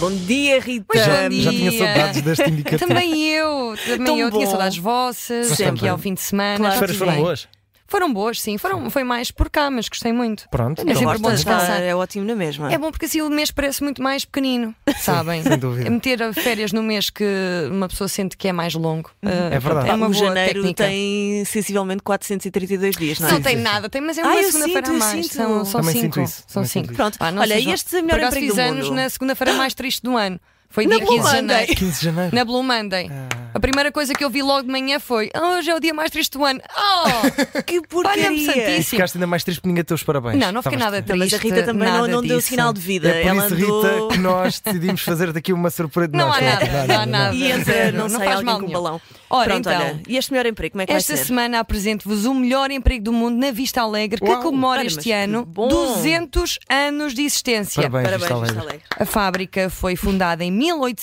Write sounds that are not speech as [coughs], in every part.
Bom dia, Rita. Já, Bom já tinha dia. [laughs] saudades deste indicativo. Também eu, também Tão eu tinha bom. saudades vossas, Mas aqui também. ao fim de semana. Claro. As tudo férias foram bem. boas. Foram boas, sim. Foram, foi mais por cá, mas gostei muito. Pronto. É então Eu sempre gosto bom de estar, descansar. É ótimo na mesma. É bom porque assim o mês parece muito mais [laughs] pequenino, sabem? sem dúvida. É meter férias no mês que uma pessoa sente que é mais longo. eh, É verdade. É uma Ah, o boa janeiro técnica. tem sensivelmente 432 dias, não é? Não tem nada, tem, mas é Ah, uma eu segunda-feira a sinto, eu mais. sinto. São, são Também cinco. sinto isso, São também sinto cinco. isso. Pronto. Pá, não Olha, sei se- este é o melhor Por acaso emprego do fiz anos mundo. na segunda-feira mais triste do ano. Foi Na dia 15 de Blue Monday. [laughs] janeiro. 15 de janeiro. Ah, Na Blue É. Monday. A primeira coisa que eu vi logo de manhã foi: "Ah, hoje é o dia mais triste do ano. Oh! Que Olha-me porcaria! santíssimo. E ficaste ainda mais triste porque ninguém te deu os parabéns. não, não fiquei Estavas- nada Mas triste. a Rita também não, nada não deu disso. sinal de vida. É por Ela isso, andou. Rita, que nós decidimos fazer daqui uma surpresa. Não há está nada, bem, não há nada. E entra, não, Não sei, faz alguém mal com um nenhum. balão. Ora, Pronto, então. olha, e este melhor emprego, como é que Esta [laughs] vai ser? semana apresento-vos o melhor emprego do mundo na Vista Alegre, que Uau! comemora Ora, mas este que ano bom! 200 anos de existência. Parabéns, Parabéns, Vista está Alegre. alegre. A fábrica foi fundada em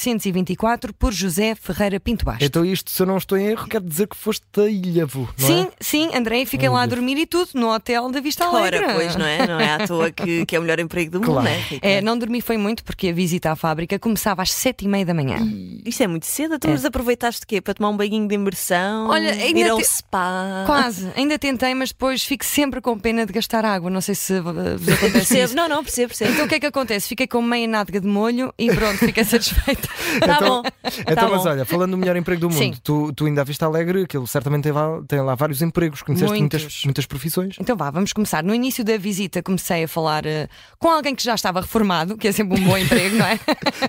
1824 por José Ferreira Pinto Basto. Então isto, se eu não estou em erro, quer dizer que foste da Ilha, vô, não Sim, é? Hum. sim, Andrei, fiquei lá a dormir e tudo, no hotel da Vista Alegre. Ora, pois, não é? Não é à toa que, que é o melhor emprego do mundo, Claro. não é? Rita? É, não dormi foi muito porque a visita à fábrica começava às sete e meia da manhã. Isto é muito cedo, então mas aproveitaste o quê? Para tomar um banhinho de imersão? Olha, ainda ir ao te- spa. Quase, ainda tentei, mas depois fico sempre com pena de gastar água. Não sei se [laughs] uh, vos acontece Percebo, isso. não, não, percebo, percebo. Então o que é que acontece? Fiquei com meia nádega de molho e pronto, fiquei satisfeita. Tá bom. Então, tá mas bom. olha, falando do melhor emprego do Sim. mundo, tu, tu ainda à Vista Alegre, aquilo certamente tem lá, tem lá vários empregos, conheceste muitas, Muitos. muitas profissões. Então vá, vamos começar. No início da visita comecei a falar eh, com alguém que já estava reformado, que é sempre um bom emprego, não é?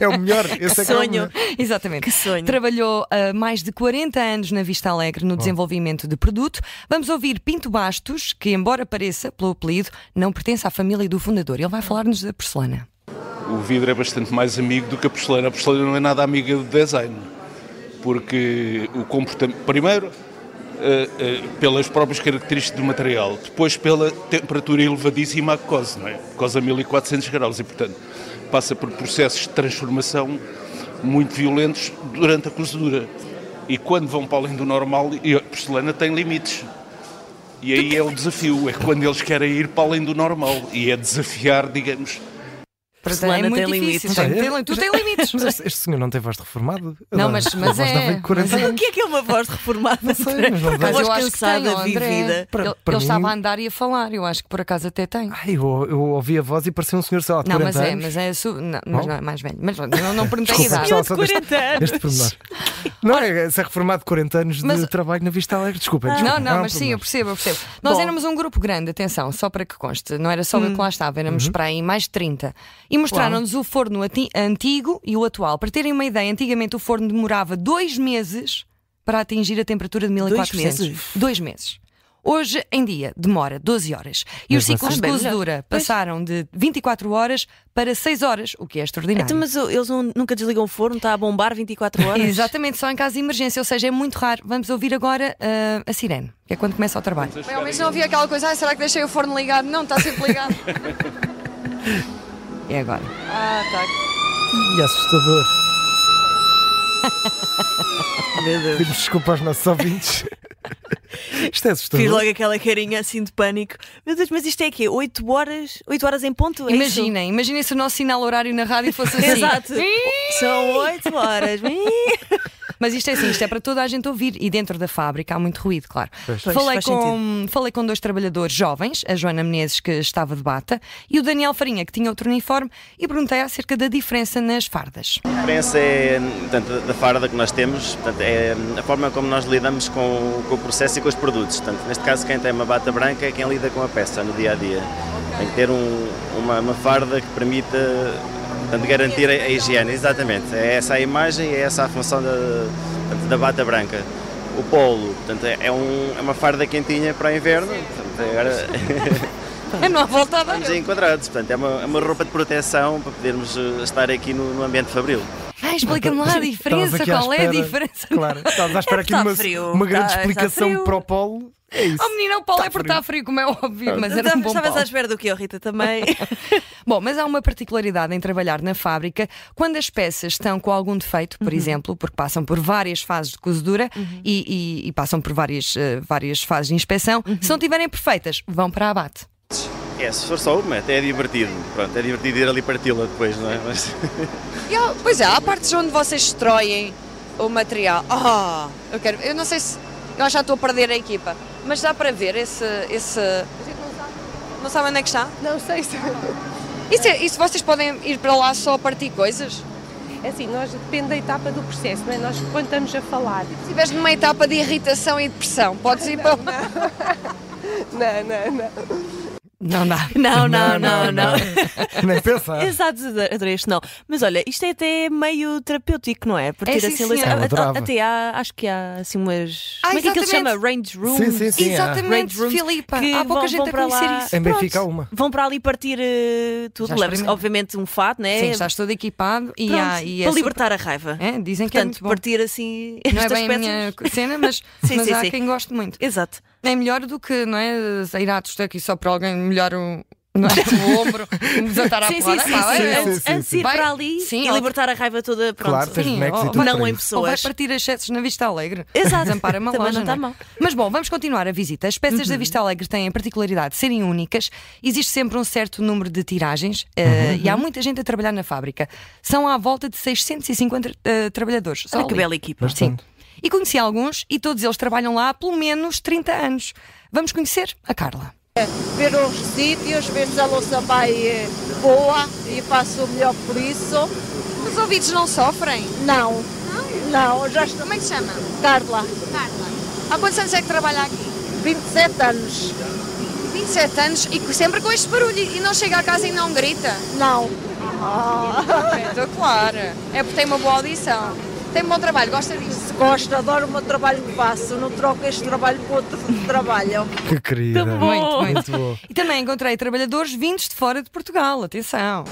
É o melhor, esse é que é o sonho. melhor. Exatamente. Que sonho. Trabalhou há mais de 40 anos na Vista Alegre no desenvolvimento de produto. Vamos ouvir Pinto Bastos, que, embora pareça pelo apelido, não pertence à família do fundador. Ele vai falar-nos da porcelana. O vidro é bastante mais amigo do que a porcelana. A porcelana não é nada amiga do design, porque o comportamento. Primeiro, eh, eh, pelas próprias características do material, depois pela temperatura elevadíssima à glucose, não é? Glucose a 1400 graus e, portanto, passa por processos de transformação muito violentos durante a cozedura. E quando vão para além do normal, e a porcelana tem limites. E aí é o desafio, é quando eles querem ir para além do normal e é desafiar, digamos, Portanto, Porcelana é muito tem difícil. limites. gente. Olha, Tem li- Tudo tem Mas limites. este, este senhor não tem voz de reformado? Não, Ele- mas- ele mas voz dava é, em 40 mas é. anos. O que é que é uma voz reformada? Não sei, mas não uma dá. voz eu acho que tem, cansada, ó, André. vivida. Para- ele para ele mim- estava a andar e a falar, eu acho que por acaso até tem. Ai, eu, eu ouvi a voz e parecia um senhor, sei lá, de Não, 40 mas é, anos. mas é su- não, mas Bom. não é mais velho. Mas não, não perguntei a Desculpa, idade. pessoal, só Senhor de deste- 40 anos. Este pormenor. Não, é ser reformado de 40 anos de Mas- Ah. trabalho na Vista Alegre. Desculpa, desculpa. Não, não, há um mas sim, eu pormenor. percebo, eu percebo. Nós Bom. éramos um grupo grande, atenção, só para que conste, não era só Hum. eu que lá estava, éramos Uhum. para aí mais de 30. E mostraram-nos o forno ati- antigo e o atual. Para terem uma ideia, antigamente o forno demorava dois meses para atingir a temperatura de 1400. meses? Dois meses. Hoje em dia demora 12 horas. E os Mesmo ciclos assim. de Ah, bem, cozedura passaram de 24 horas para 6 horas, o que é extraordinário. Então, mas oh, eles não- nunca desligam o forno, está a bombar 24 horas. Exatamente, só em caso de emergência, ou seja, é muito raro. Vamos ouvir agora ah, a sirene, que é quando começa o trabalho. Bem, ao menos não havia aquela coisa, "Ai, será que deixei o forno ligado? Não, está sempre ligado. É agora. ah, tá. Ih, é assustador. Meu Deus. Pedimos desculpa aos [laughs] nossos ouvintes. Isto é assustador. Fiz logo aquela carinha assim de pânico. Meu Deus, mas isto é quê? 8 horas? 8 horas em ponto? É isso? Imaginem, imaginem se o nosso sinal horário na rádio fosse assim. Exato. São 8 horas. Mas isto é assim, isto é para toda a gente ouvir. E dentro da fábrica há muito ruído, claro. Pois, falei, faz com, falei com dois trabalhadores jovens, a Joana Menezes, que estava de bata, e o Daniel Farinha, que tinha outro uniforme, e perguntei acerca da diferença nas fardas. A diferença é, portanto, da farda que nós temos, portanto, é a forma como nós lidamos com, o- com o processo e com os produtos. Portanto, neste caso, quem tem uma bata branca é quem lida com a peça no dia a dia. Tem que ter um- uma, uma farda que permita portanto, garantir a, a higiene, exatamente. É essa a imagem, é essa a função da, portanto, da bata branca. O polo, portanto, é, é um- é uma farda quentinha para inverno, portanto, agora [laughs] Não há volta a dar. estamos enquadrados, portanto, é uma, é uma roupa de proteção para podermos eh, estar aqui no, no ambiente fabril. Ah, explica-me lá a Estavas diferença, aqui à qual é a espera- diferença? Claro, estavas à espera aqui Está uma, frio, uma grande está- está explicação frio. para o Polo. É isso. Oh menino, o Paulo Está é porque está frio, como é óbvio, mas era um bom Então, Estavas à Paulo. espera do quê, oh, Rita? [laughs] Também. Bom, mas há uma particularidade em trabalhar na fábrica quando as peças estão com algum defeito, Uhum. por exemplo, porque passam por várias fases de cozedura Uhum. e, Uhum. e- e passam por várias, eh, várias fases de inspeção. Se não estiverem perfeitas, vão para abate. É, se for só uma, até é divertido. Pronto, é divertido ir ali parti-la depois, não é? Mas, E há- pois é, há partes onde vocês destroem o material. Ah, eu quero. Eu não sei se. Eu acho que já estou a perder a equipa. Mas dá para ver esse. esse é não sabe onde é que está? Não sei se. Isso, é- isso vocês podem ir para lá só a partir coisas? É assim, nós depende da etapa do processo, não é? Nós quando estamos a falar. Se estiveres numa etapa de irritação e depressão, podes ir para. Não, não, não. Oh, Não dá. Não, não, Ah, não, não. Nem pensar. Exato, adorei este não. Mas olha, isto é até meio terapêutico, não é? Porque É, ter sim, assim, senhora. a- a- Eu adorava. até há, acho que há assim umas. Ah, como é que aquilo se chama? exatamente. Range Room. Sim, sim, sim. há. Exatamente, Great é. rooms Filipa. que Há pouca vão- gente vão a para conhecer lá. É isso. Em Pronto. Benfica há uma. Vão para ali partir eh, tudo. Já Levas, experimentei. obviamente, um fato, né? Sim, já estou equipado e, Pronto, há, e é para super- libertar a raiva. É, dizem que é muito Portanto, bom. partir assim Não é estas bem a peças. minha cena, mas, [laughs] Sim, mas sim, há sim. quem goste muito. Exato. É melhor do que, não é? Ir à aqui só para alguém melhor o, não [laughs] é, o ombro, me desatar à sim, sim, porrada. É, sim, Pá, sim. olha, Antes, sim, sim, antes de ir Vai- para ali sim, e ou- libertar a raiva toda. Pronto. Claro, tens Sim, bonecos ou- e tudo. não para em isso. pessoa. Ou vai pessoas. partir excessos na Vista Alegre. Exato. Desampara [laughs] uma Também loja, não está não é? mal. Uhum. Mas bom, vamos continuar a visita. As peças da Vista Alegre têm a particularidade de serem únicas. Existe sempre um certo número de tiragens eh, Uhum. e há muita gente a trabalhar na fábrica. São à volta de 650 eh, trabalhadores. Só Olha que ali. bela equipa. Sim. E conheci alguns e todos eles trabalham lá há pelo menos 30 anos. Vamos conhecer a Carla. ver os sítios, ver se a louça vai eh, boa e faço o melhor por isso. Os ouvidos não sofrem. Não, não, já estou. Como é que se chama? Carla, Carla. Há quantos anos é que trabalha aqui? 27 anos. 27 anos e co- sempre com este barulho e não chega a casa e não grita. Não, Estou clara. É porque tem uma boa audição. Tem um bom trabalho, gosta disso. gosto, adoro o meu trabalho que faço. Não troco este trabalho por outro trabalho. Que querida. Muito, muito. Muito bom. E também encontrei trabalhadores vindos de fora de Portugal, atenção.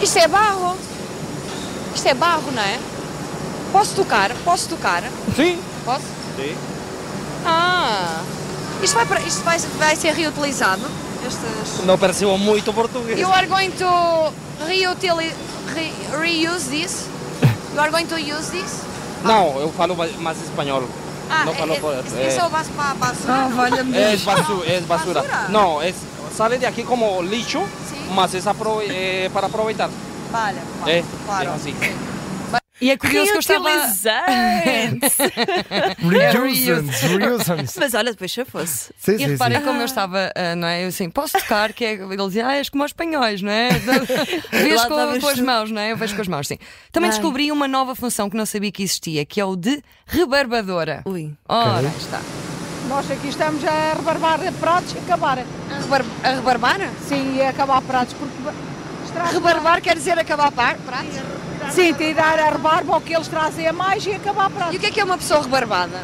Isto é barro. Isto é barro, não é? Posso tocar? Posso tocar? Sim. Posso? Ah! Isto vai, para- isto vai, vai ser reutilizado? Estas... Não pareceu muito português. You are going to reutili- re- reuse this? You are going to use this? Não, eu falo ma- mais espanhol. Ah, Não é- falou é- por- isso é. é o bas- ba- basura? Ah, não? É basura. É basura. Basura? Não, é, sai daqui como lixo, Sim. mas é, apro- é para aproveitar. Vale, vale, É, claro. é assim. E é curioso que eu estava. [laughs] Reutilizante. Reusance. [laughs] Reusance. Mas olha, depois se eu fosse. Sim, E sim, reparem sim. como eu estava, ah, não é? Eu assim, posso tocar? Que é, ele dizia, ah, és como os espanhóis, [laughs] não é? Vês Lá com, estavas com as tu. mãos, não é? Eu vejo com as mãos, sim. Também Ai. descobri uma nova função que não sabia que existia, que é o de rebarbadora. Ui. Ora, Ok. aí está. Nós aqui estamos a rebarbar pratos e acabar. A, rebar- a rebarbar? Sim, e acabar pratos, porque estraga. Rebarbar quer dizer acabar par, pratos? Sim, tirar a rebarba o que eles trazem a mais e acabar E pratos. o que é que é uma pessoa rebarbada?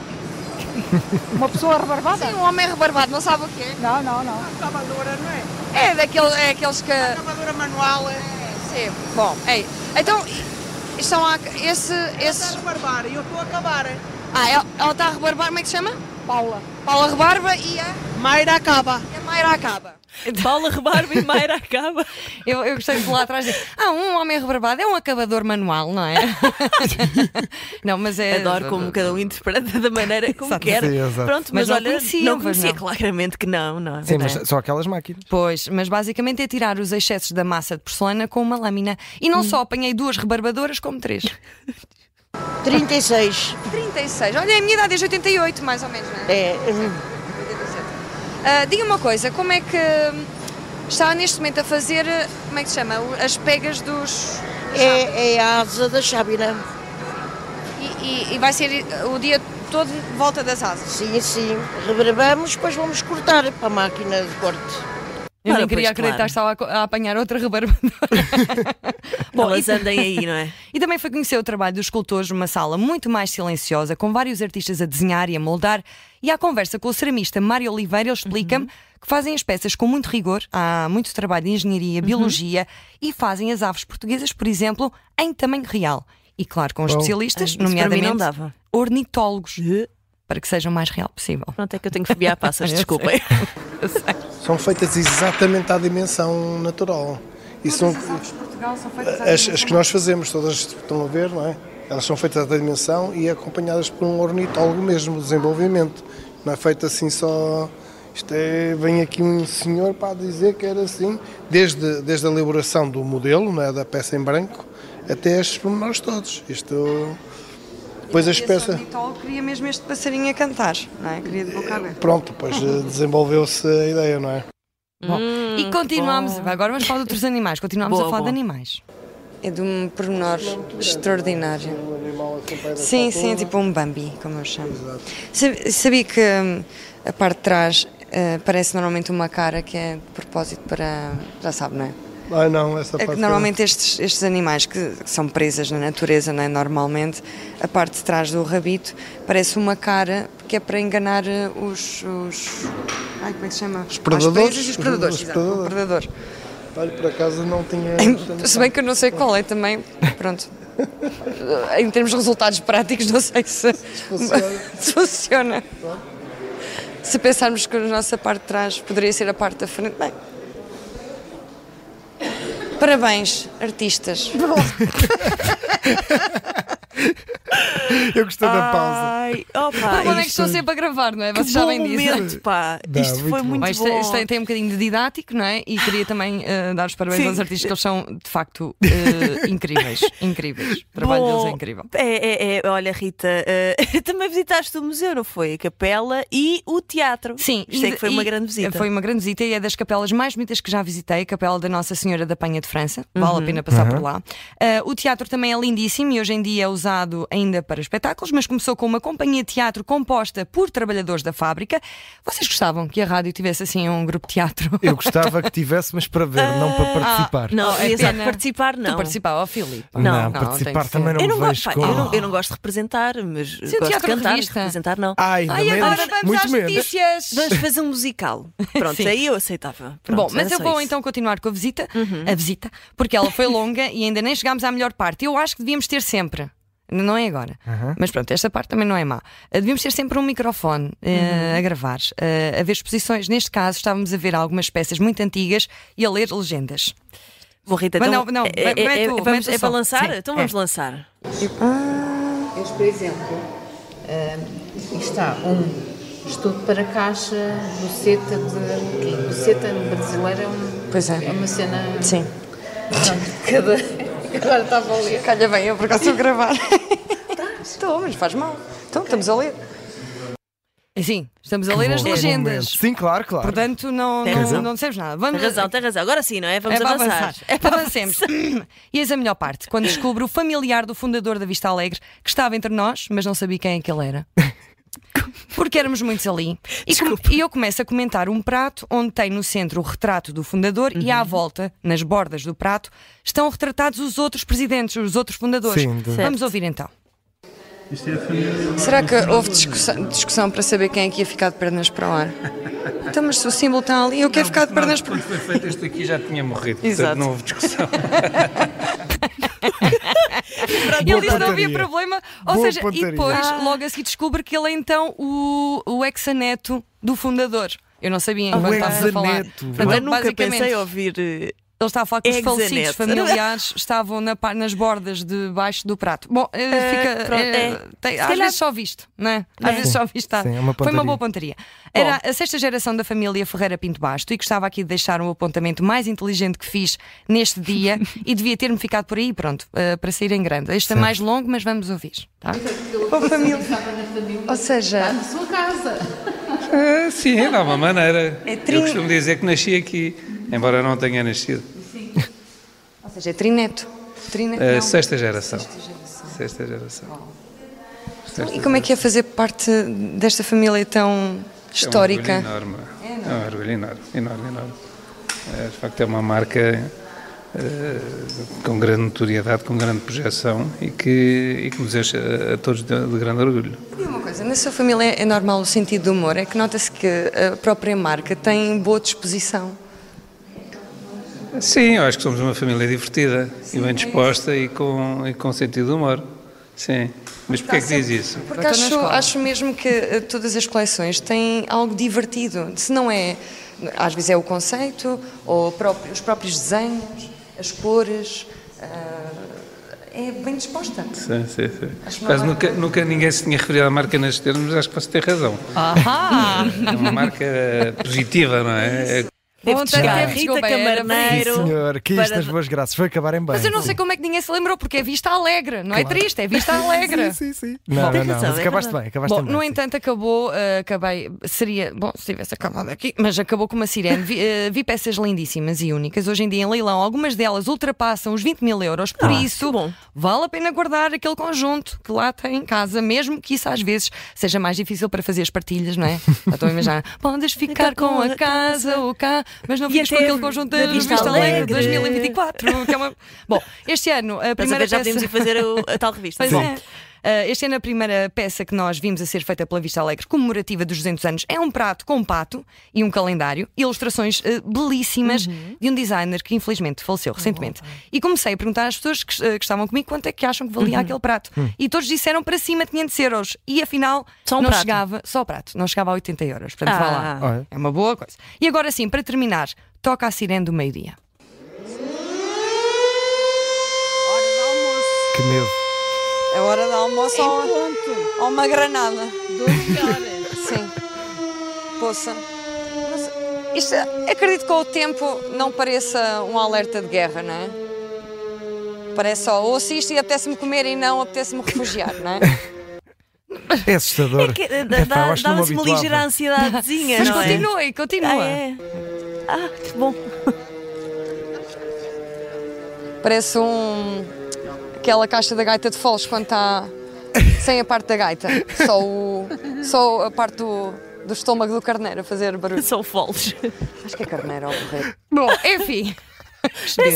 Uma pessoa rebarbada? Sim, um homem rebarbado, não sabe o que é? Não, não, não. É, daquele, é aqueles que. manual é Sim, bom, é. Então, estão a. Esse, esses. barbar e eu estou a acabar. é. Ah, ela, ela está a rebarbar, como é que se chama? Paula. Paula rebarba e a, Mayra acaba. e a Mayra acaba. [laughs] Paula Rebarba e Mayra acaba. Eu, eu gostei de lá atrás dizer, ah, um homem rebarbado é um acabador manual, [laughs] não é? não, mas é. Adoro como cada um interpreta da maneira como quer. Sim, exato. Pronto, mas, Mas não olha, conheciam, não pois conhecia não. claramente que não, não é? Sim, Não mas é? são aquelas máquinas. Pois, mas basicamente é tirar os excessos da massa de porcelana com uma lâmina. E Hum. não só apanhei duas rebarbadoras, como três. 36. 36. Olha, a minha idade é de 88, mais ou menos, não é? É, 87. Ah, diga uma coisa, como é que hum, está neste momento a fazer, como é que se chama? O- As pegas dos. é, é a asa da chávena. E, e- e vai ser o dia todo de volta das asas. Sim, sim. Rebravamos, depois vamos cortar para a máquina de corte. Eu Ora, nem queria pois, acreditar claro. que estava a co- a apanhar outra rebarbadora. Bom, Elas e, andem aí, não é? e também foi conhecer o trabalho dos escultores numa sala muito mais silenciosa, com vários artistas a desenhar e a moldar. E à conversa com o ceramista Mário Oliveira, ele explica-me que fazem as peças com muito rigor, há muito trabalho de engenharia, biologia e fazem as aves portuguesas, por exemplo, em tamanho real. E claro, com especialistas, Ai, isso para mim não nomeadamente dava. ornitólogos, para que seja o mais real possível. [laughs] Pronto, é que eu tenho fobia a passas, [laughs] desculpem. São feitas exatamente à dimensão natural. E são, as, as que nós fazemos, todas estão a ver, não é? Elas são feitas à dimensão e acompanhadas por um ornitólogo mesmo, desenvolvimento. Não é feito assim só. Isto é, vem aqui um senhor para dizer que era assim, desde, desde a elaboração do modelo, não é, da peça em branco, até estes pormenores todos. Isto. Depois as peças. Então queria mesmo este passarinho a cantar, não é? Queria de boca aberta. Pronto, depois eh, desenvolveu-se a ideia, [laughs] não é? Bom, e continuamos, agora vamos falar de outros animais, continuamos Hum, Boa, a falar boa. de animais. É de um pormenor extraordinário. Um animal assim para ir desta Sim, sim, altura. tipo um Bambi, como eu chamo. Sab- Sabia que hum, a parte de trás eh, parece normalmente uma cara que é de propósito para. Já sabe, não é? Ah, não, essa É parte. que normalmente estes, estes animais que são presas na natureza, não é? normalmente, a parte de trás do rabito parece uma cara que é para enganar eh, os. os ai, como é que se chama? Os predadores. As presas e os predadores, Os exato, o predadores. predador. Olha, por acaso não tinha. [coughs] Se bem que eu não sei qual é também, pronto. em termos de resultados práticos, não sei se, funciona. [laughs] se funciona. Se pensarmos que a nossa parte de trás poderia ser a parte da frente, bem. Parabéns, artistas. Eu gostei Ah. da pausa. Ai, opa, Como é que isto- estou sempre a gravar, não é? que Vocês já bom bem dizem. momento, pá. Dá, isto foi muito muito bom. Mas bom. isto, é- isto tem, tem um bocadinho de didático, não é? E queria também eh, dar os parabéns Sim. aos artistas, que eles são de facto [laughs] eh, incríveis. Incríveis. O trabalho Bom, deles é incrível. É, é, é. Olha, Rita, eh, [laughs] também visitaste o museu, não foi? A capela e o teatro. Sim, Isto é e- que foi uma e grande visita. Foi uma grande visita e é das capelas mais bonitas que já visitei, a capela da Nossa Senhora da Penha de França. Vale Uhum. a pena passar por lá. Ah, o teatro também é lindíssimo e hoje em dia é usado ainda para espetáculos, mas começou com uma companhia de teatro composta por trabalhadores da fábrica. Vocês gostavam que a rádio tivesse assim um grupo de teatro? Eu gostava que tivesse, mas para ver, não para participar. Não, Oh, é exato, pena. participar não. Tu [laughs] participava, ó Filipe. Não, tem participar que ser. também não Eu não, me gosto, vejo pá, com- eu, não, eu não gosto de representar, mas gosto de é teatro cantar, mas revista. representar não. Ai, ainda Ai, menos, agora vamos muito às menos. notícias. Vamos fazer Ah, um [laughs] musical. Pronto, Sim. aí eu aceitava. Pronto, Bom, mas era eu só vou isso. Uhum. então continuar com a visita, a visita, porque ela foi longa e ainda nem chegámos à melhor parte. Eu acho que devíamos ter sempre. Não é agora. Mas pronto, esta parte também não é má. Eh, Devíamos ter sempre um microfone Uhum. eh, a gravar, eh, a ver exposições. Neste caso, estávamos a ver algumas peças muito antigas e a ler legendas. Bom, Rita, Mas então. não, não, é, é- mete é- o- vamos- mete o é para som. lançar? Sim, Então é. vamos lançar. Mas, por exemplo, ah, está um estudo para caixa, buceta de. Buceta brasileira é, um- Pois é é. uma cena. Sim. Pronto, cada. [laughs] Agora estava a ler. Calha bem, eu por acaso estou a gravar. estou, mas faz mal. Então, estamos a ler. Sim, estamos a ler as Bom, bom É momento. legendas. Sim, claro, claro. Portanto, não, Tem não, razão. não dissemos nada. Vamos, Tem razão, tem razão. Agora sim, não é? Vamos é para avançar. É para avancemos. [clears throat] E eis a melhor parte, quando descubro o familiar do fundador da Vista Alegre que estava entre nós, mas não sabia quem é que ele era. Porque éramos muitos ali. E, com- e eu começo a comentar um prato onde tem no centro o retrato do fundador e à volta, nas bordas do prato, estão retratados os outros presidentes, os outros fundadores. Sim, de- Vamos ouvir então. Será que houve discussão, discussão para saber quem é que ia ficar de pernas para o ar? Então, mas se o símbolo está ali, eu quero ficar de pernas para o ar. Quando foi feito este aqui já tinha morrido, Exato. portanto não houve discussão. Ele disse que não pontaria. havia problema. Ou Boa seja, pontaria. e depois, logo a seguir, descobre que ele é então o, o exaneto do fundador. Eu não sabia enquanto estávamos a falar. exaneto. Portanto, Eu nunca Então, basicamente, pensei ouvir. eh, Ele estava a falar que os Exaneto. falecidos familiares [laughs] estavam na par- nas bordas de baixo do prato. Bom, eh, Eh, fica. pronto, eh, é. tem- Se às calhar- vezes só visto, não é? Às vezes só visto. tá? Sim, é uma Foi uma pontaria. boa pontaria. Era a sexta geração da família Ferreira Pinto Basto e gostava aqui de deixar um apontamento mais inteligente que fiz neste dia [laughs] e devia ter-me ficado por aí, pronto, eh, para sair em grande. Este é mais longo, mas vamos ouvir. Tá? Ou seja, Sua casa. Ah, sim, de alguma maneira. É Eu trin- costumo dizer que nasci aqui, embora não tenha nascido. ou seja, é trineto. Trineto, Eh, Ah, não. sexta geração. Sexta geração. É um Sexta E como é que é fazer parte desta família tão É histórica? um orgulho enorme. É um orgulho enorme, enorme, enorme. É, de facto, é uma marca eh, com grande notoriedade, com grande projeção e que, e que nos enche a, a todos de, de grande orgulho. E uma coisa, na sua família é normal o sentido do humor, é que nota-se que a própria marca tem boa disposição. Sim, eu acho que somos uma família divertida é e bem disposta e com, e com sentido de humor. Sim. Mas porquê é que diz isso? Porque Eu estou na acho, escola. acho mesmo que eh, todas as coleções têm algo divertido. Se não é, às vezes é o conceito, ou o próprio- os próprios desenhos, as cores. ah, é bem disposta. Sim, sim, sim. Acho uma Quase marca- nunca, nunca ninguém se tinha referido à marca nestes termos, mas acho que você tem razão. Ahá! É uma marca positiva, não é? Teve de chegar a Rita Rita Camarneiro. Sim, senhor, que isto Para- das boas graças foi acabarem bem. Mas eu não sei como é que ninguém se lembrou, porque é vista alegre, não é Claro. triste, é [laughs] vista alegre. Sim, sim, sim. Não, Tem não, não, razão, mas é acabaste verdade. bem, acabaste Bom, bem. no sim. entanto, acabou, eh, acabei, seria, bom, se tivesse acabado aqui, mas acabou com uma sirene. Vi, eh, vi peças lindíssimas e únicas. Hoje em dia, em leilão, algumas delas ultrapassam os 20 mil euros, por Ah, isso, que bom. vale a pena guardar aquele conjunto que lá tem em casa, mesmo que isso às vezes seja mais difícil para fazer as partilhas, não é? Já Estou [laughs] a imaginar, podes ficar com a casa, o cá, mas não E fiques com até aquele conjunto da da Vista Vista Alegre de Alegre. 2024. que é uma- Bom, este ano, Estás a a primeira ver, já peça- podíamos ir fazer o- a tal revista. Pois Bom, é. Ah, este ano a primeira peça que nós vimos a ser feita pela Vista Alegre, comemorativa dos 200 anos, é um prato com um pato e um calendário, ilustrações ah, belíssimas Uhum. de um designer que infelizmente faleceu recentemente. E comecei a perguntar às pessoas que, ah, que estavam comigo quanto é que acham que Uhum. valia aquele prato. E todos disseram para cima 500 euros. E afinal Só um não prato. chegava, só o prato, não chegava a 80 euros. Portanto, vá lá. Ah. Olha, É uma boa coisa. E agora sim, para terminar, toca a sirene do meio-dia. Hora do almoço. que medo. É hora do almoço ou, Ponto. ou uma granada. 12 horas. Sim. Poça. Mas isto, é- acredito que com o tempo não pareça um alerta de guerra, não é? Parece só, ouço isto e apetece-me comer e não apetece-me refugiar, não [laughs] é? É assustador. É que, eh, Epá, dá- eu dá- acho que não me Dava-se uma habituava. ligeira ansiedadezinha, Mas não é? continuem, continuem. Ah, é. Ah, que bom. [laughs] Parece um. aquela caixa da gaita de foles quando está sem a parte da gaita. Só, o, só a parte do, do estômago do carneiro a fazer barulho. São foles. Acho que é carneiro ao morrer. Bom, [laughs] enfim.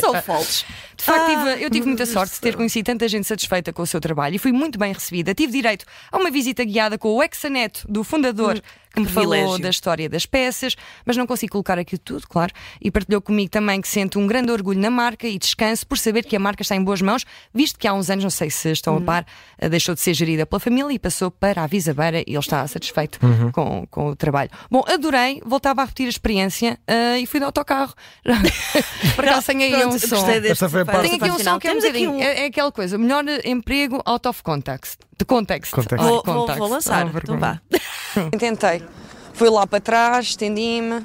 São foles. De facto, tive- eu tive muita sorte de ter conhecido tanta gente satisfeita com o seu trabalho e fui muito bem recebida. Tive direito a uma visita guiada com o exaneto do fundador, que me falou privilégio. da história das peças, mas não consigo colocar aqui tudo, claro. E partilhou comigo também que sente um grande orgulho na marca e descanso por saber que a marca está em boas mãos, visto que há uns anos, não sei se estão a Uhum. par, eh, deixou de ser gerida pela família e passou para a Visabeira e ele está satisfeito Uhum. com, com o trabalho. Bom, adorei, voltava a repetir a experiência eh, e fui de autocarro. [laughs] Para cá sem aí um Pronto, som. gostei deste Esta foi separador. a parte- Tem aqui um som que é um Temos aqui bocadinho. um. É, é aquela coisa, melhor emprego out of context. De context. Contexto. Ai, Vou, vou- context. vou lançar. Ah, Então vergonha. vá. Tentei. Fui lá para trás, estendi-me.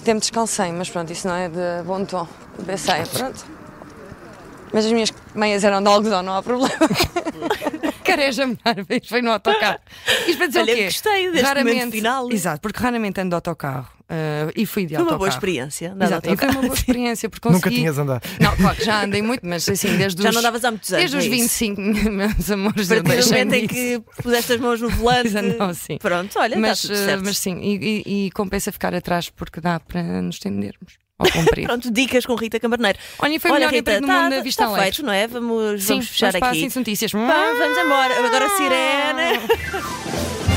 Até me descansei, mas pronto, isso não é de bom tom. Pensei, pronto. Mas as minhas meias eram de algodão, não há [laughs] problema. Careja-me, vez foi no autocarro. Isto para dizer Olha, o quê? gostei deste momento final. Exato, porque raramente ando de autocarro. ah, e fui de Foi autocarro. uma boa experiência. nada Exato, e foi tocar. uma boa experiência porque Nunca consegui- tinhas andado. Não, claro, já andei muito, mas assim, desde Já os- não davas há muitos anos, Desde os é isso? 25, [laughs] meus amores, A eu partir do deixei momento em disso. que puseste as [laughs] mãos no volante. Coisa não, sim. Pronto, olha, mas, está tudo eh, certo. mas sim, e, e- e compensa ficar atrás porque dá para nos estendermos [laughs] ao cumprir. Pronto, dicas com Rita Camarneiro. Olha, e foi o melhor emprego do tá- mundo da Vista tá Alegre. feito, não é? Vamos, Sim, Ah. vamos fechar para aqui. as notícias. Vá, vamos embora. Agora a sirene.